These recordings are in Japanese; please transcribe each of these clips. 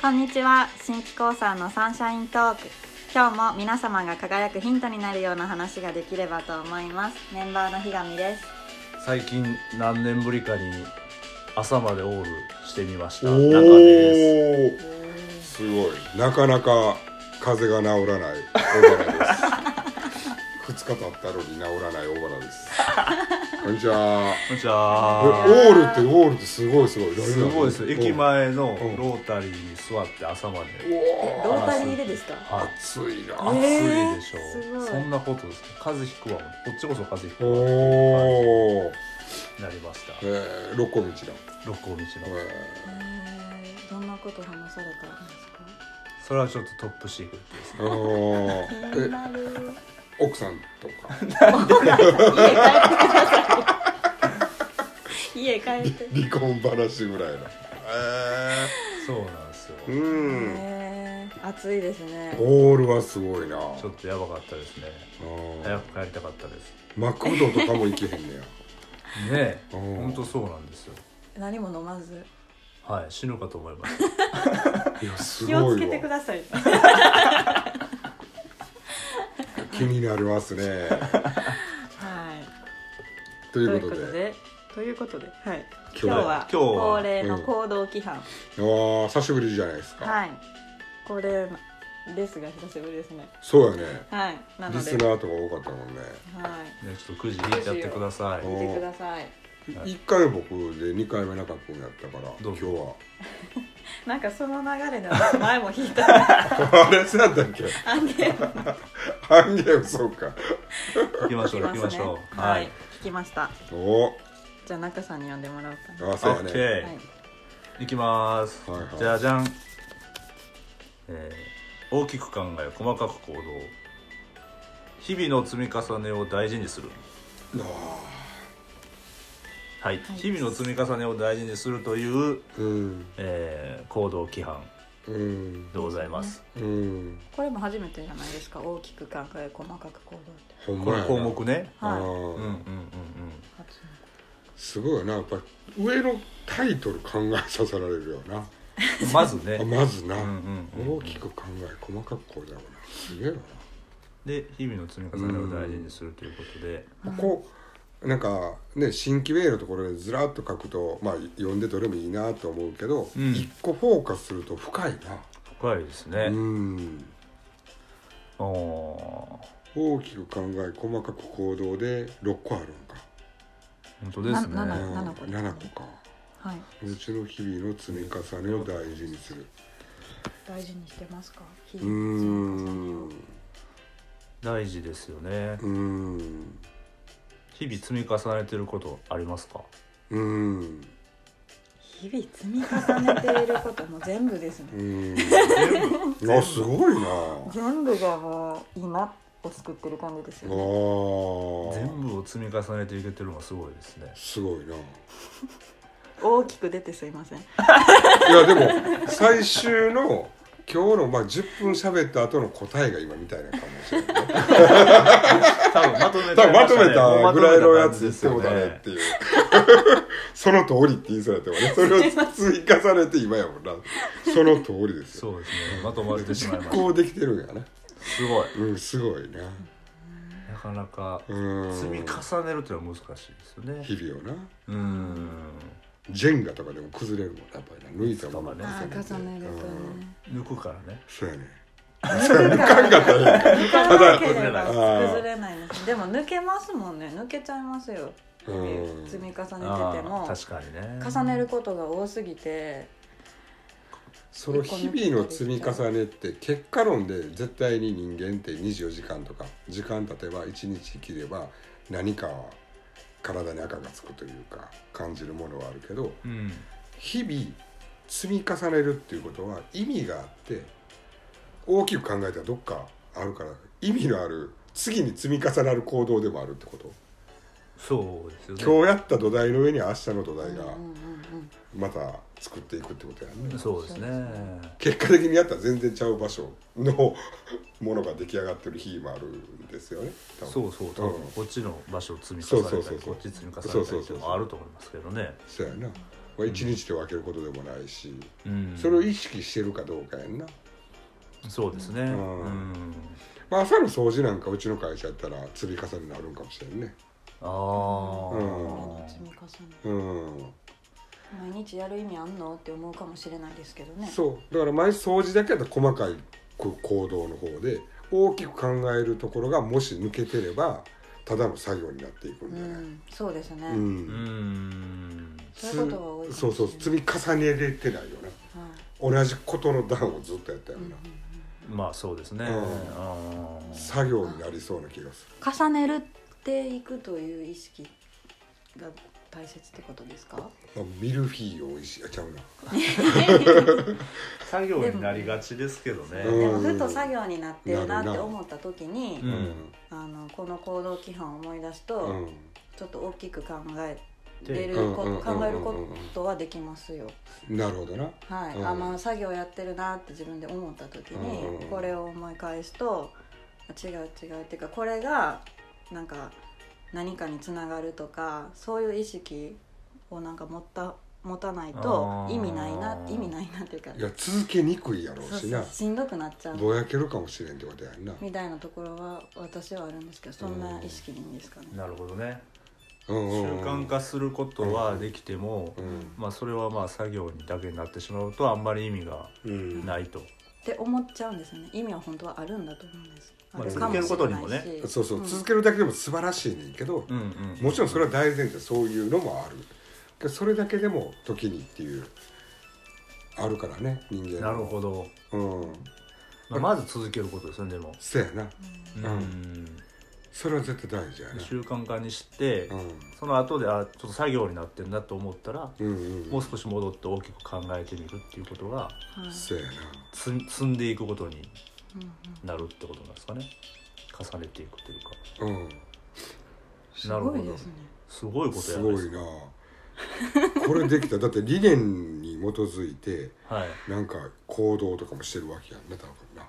こんにちは新規興産のサンシャイントーク今日も皆様が輝くヒントになるような話ができればと思いますメンバーの日上です最近何年ぶりかに朝までオールしてみましたお中ですーすごいなかなか風邪が治らない小原です二日経ったのに治らない小原ですこんにちはこんにちえはオールってオールってすごいすごい誰なのすごいです駅前のうんロータリーに座って朝までうロわータリーでですかーあ暑い暑ないでしょえーすごいそんなことですね風邪ひくわこっちこそ風邪ひくわおおなりましたえー、六個道だ、六甲道のへえーどんなこと話されたんですかそれはちょっとトップシークレットですー、おーえなる奥さんとか 家帰って離婚話ぐらいのえそうなんですよー、うんへー暑いですねオールはすごいなちょっとやばかったですねうん早く帰りたかったですマクドとかも行けへんねやねえうん本当そうなんですよ何も飲まずはい死ぬかと思います いやす気ごをいつけてくわださい気になります ねはいということでということではい今日今日は今日は恒例の行動規範、あー久しぶりじゃないですか、はい恒例ですが久しぶりですねそうやねはいなリのでスナーとか多かったもんねはね、ちょっとくじ引いちゃってくださいおい。見てくださいはい1回僕で2回目中君やったからど今う日ぞはなんかその流れで私前も引いた あれそうやったっけアンゲームハンゲームそうか行きましょう、行きま しょう。はい。聞きましたおじゃあ中さんに呼んでもらおうかなあオそうやッケねはいー。行きますはいは。いじゃじゃん。えー大きく考え、細かく行動。日々の積み重ねを大事にする。はい、はい日々の積み重ねを大事にするという、うんえー行動規範うんでございます。うんこれも初めてじゃないですか大きく考え細かく行動ってほんこまやのな項目ね。あはいうんーうんうんうん。初すごいなやっぱ上のタイトル考えさせられるよなまずねあ。まずな、うんうんうんうん大きく考え細かくこうだろうなすげえな、で、日々の積み重ねを大事にするということで。ここなんかね新規名のところでずらっと書くとまあ読んでどれもいいなと思うけど、うん一個フォーカスすると深い深いですな、ねう。んおー大きく考え細かく行動で6個あるんか、本当ですね。なう、なん七個7個かはい、うちの日々の積み重ねを大事にする大事にしてますか日うー々の積み重ねをん大事ですよねう。ーん日々積み重ねてることありますか。うーん日々積み重ねていることも全部ですう ねーん全部あすごいな全部がもう今を作ってる感じですよねああ 全部を積み重ねていけてるのがすごいですね。すごいな大きく出てすいませんいやでも最終の今日のまあ10分喋った後の答えが今みたいな感じですよね多分まとめ多分まとめたぐらいのやつでですすよよねっねて。いう その通りって言いそうやったもんねそれを積み重ねて今やもんなその通り ですよそうですね。まとまれてしまいまし実た。行できてるんやな すごい。うんすごいななかなかうん積み重ねるっていうのは難しいですよね。日々をなうーん。ジェンガとかでも崩れるもんなやっぱりな抜いたものそうだねあー重ねるとうんね抜くからね。そうやね抜かんかったらいいか抜かなければただ崩れないですでも抜けますもんね抜けちゃいますよ日う々ん積み重ねててあもあ確かにね。重ねることが多すぎてその日々の積み重ねって結果論で絶対に人間って24時間とか時間経てば1日生きれば何か体に赤がつくというか感じるものはあるけどうん。日々積み重ねるっていうことは意味があって大きく考えたらどっかあるから意味のある次に積み重なる行動でもあるってことそうですよね。今日やった土台の上に明日の土うん台うんがうんまた作っていくってことやね。そうですね。結果的にやったら全然ちゃう場所のものが出来上がってる日もあるんですよね多分そうそう、多分うんこっちの場所を積み重ねたり、そうそうそうそうこっち積み重ねたりっていうのもあると思いますけどね。そうやなまあ、1日で分けることでもないし、うんそれを意識してるかどうかやんな、そうですね、んうんまあ、朝の掃除なんかうちの会社やったら積み重ねになるんかもしれんねあうん積み重ねうん毎日やる意味あんのって思うかもしれないですけどねそうだから毎日掃除だけだと細かいこ行動の方で大きく考えるところがもし抜けてればただの作業になっていくんうじゃない、んそうですね、ううんんそういうことが多いかもしれないそうそう積み重ねれてないよなはい同じことの段をずっとやったようんうんな、まあそうですね、ううんん、作業になりそうな気がする重ねるっていくという意識が大切ってことですかまあミルフィーユを意識あちゃうな作業になりがちですけどねうんでもふと作業になってるなってなるな思った時に、うんあのこの行動規範を思い出すと、うん、うんちょっと大きく考えでれるこうんうんうんうん考えることはできますよ。なるほどなはい、うんあまあ作業やってるなって自分で思った時に、うんうんこれを思い返すとあ違う違うっていうかこれがなんか何かにつながるとかそういう意識をなんか持った持たないとあー意味ないな意味ないなっていうかいや続けにくいやろうそうしそなうしんどくなっちゃうぼやけるかもしれんってことやんなみたいなところは私はあるんですけどそんな意識でいいんですかね。なるほどねうん習うんうん慣化することはできても、うんまあそれはまあ作業にだけになってしまうとあんまり意味がうんないと、って思っちゃうんですよね意味は本当はあるんだと思うんです、まあるかもしれないし続けることにもねそうそう、ん続けるだけでも素晴らしいねんけど、うんうんもちろんそれは大前提そういうのもあるでそれだけでも時にっていうあるからね人間なるほど、どうんまあ、まず続けることですよねでも、そやなうんそれは絶対大事やな、習慣化にして、うその後であちょっと作業になってるなと思ったら、ん、うんうんもう少し戻って大きく考えてみるっていうことがはいそやな積ん積んでいくことにうんうんなるってことなんですかね重ねていくというかうんすなるほごどいですねすごいことやすらないごですいかなこれできただって理念に基づいてはいなんか行動とかもしてるわけやんな多分な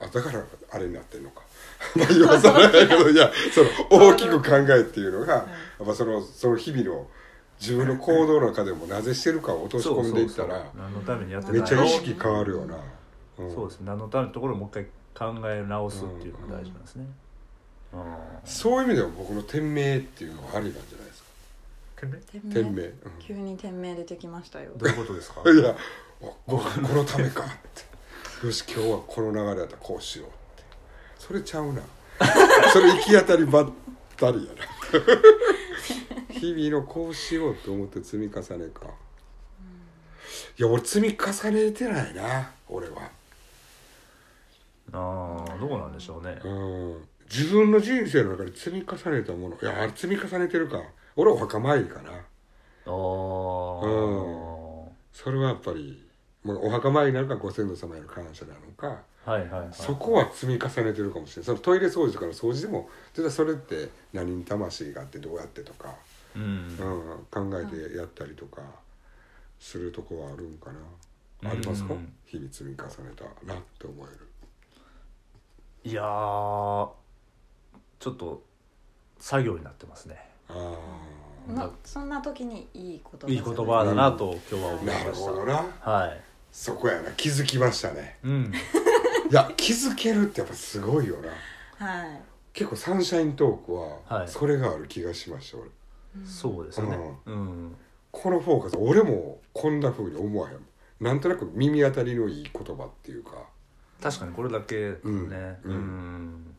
あだからあれになってんのか まあ今更やけどいやその大きく考えっていうのがやっぱそのその日々の自分の行動の中でもなぜしてるかを落としそう込んでいっそたうそうら何のためにやってためっのちゃ意識変わるよな、うんそうです何のためのところをもう一回考え直すっていうのが大事なんですね、うん、そういう意味でも僕の天命っていうのはありなんじゃないですか天天命、急に店名出てきましたよどういうことですかうん いやあここのためかってよし今日はこの流れだったらこうしようってそれちゃ うなそれ行き当たりばったりやな 日々のこうしようと思って積み重ねかいや俺積み重ねてないな俺はああどうなんでしょうねうん自分の人生の中で積み重ねたものいやあれ積み重ねてるか俺はお墓参りかなああそれはやっぱりもうお墓参りなのかご先祖様への感謝なのかはいはいはいそこは積み重ねてるかもしれないそのトイレ掃除とかの掃除でも実はそれって何に魂があってどうやってとか、うんうん、考えてやったりとかするとこはあるんかなありますかうん日々積み重ねたなって思えるいやーちょっと作業になってますねあなそんな時にいい言葉いい言葉だなと今日は思あいなるましほどなたはいそこやな気づきましたねうんいや気づけるってやっぱすごいよなはい結構サンシャイントークははいそれがある気がしました、俺そうですねうんこのフォーカス俺もこんな風に思わへんもんなんとなく耳当たりのいい言葉っていうか確かにこれだけねううんん、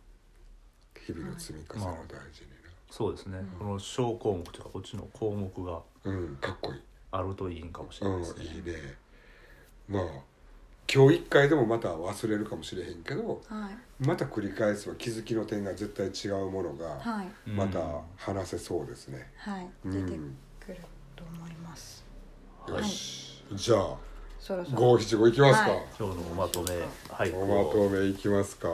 日々の積み重ねを大事にそうですね、この小項目というかこっちの項目がな、うん、かっこいい、あるといいんかもしれないうん、でいすね、いねまあ今日一回でもまた忘れるかもしれへんけどはいまた繰り返すは気づきの点が絶対違うものがはいうんまた話せそうですね、はいうん出てくると思いますよしじゃあそろそろ五七五いきますか、はい今日のおまとめはいおまとめいきますか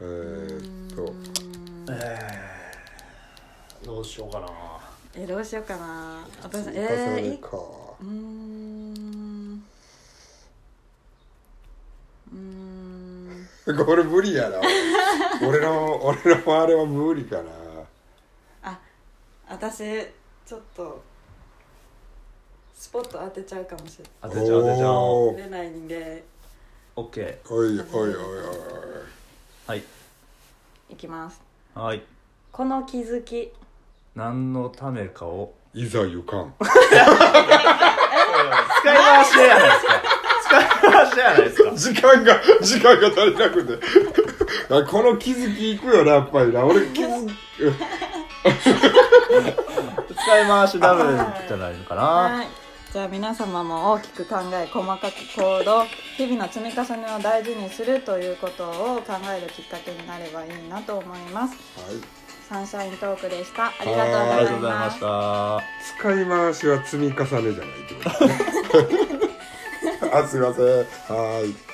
えー、っとどうしようかなえどうしようかな私積み重えー、いねいか、うーんうーんこれ無理やな 俺の俺のあれは無理かなあ私ちょっとスポット当てちゃうかもしれ当てちゃう当てちゃうない売れない人間 OK おいおいおいおいはいいきますはいこの気づき何のためかをおいいざゆかん使い回しやないですか使い回しやないですか時間が時間が足りなくてあこの気づきいくよなやっぱりな俺気づき使い回しダメじゃないのかなはいじゃあ皆様も大きく考え細かく行動日々の積み重ねを大事にするということを考えるきっかけになればいいなと思いますはいサンシャイントークでしたありあがとうりがとうごござざいいままししたた使い回 しは積み重ねじゃないってことねあすいませんはーい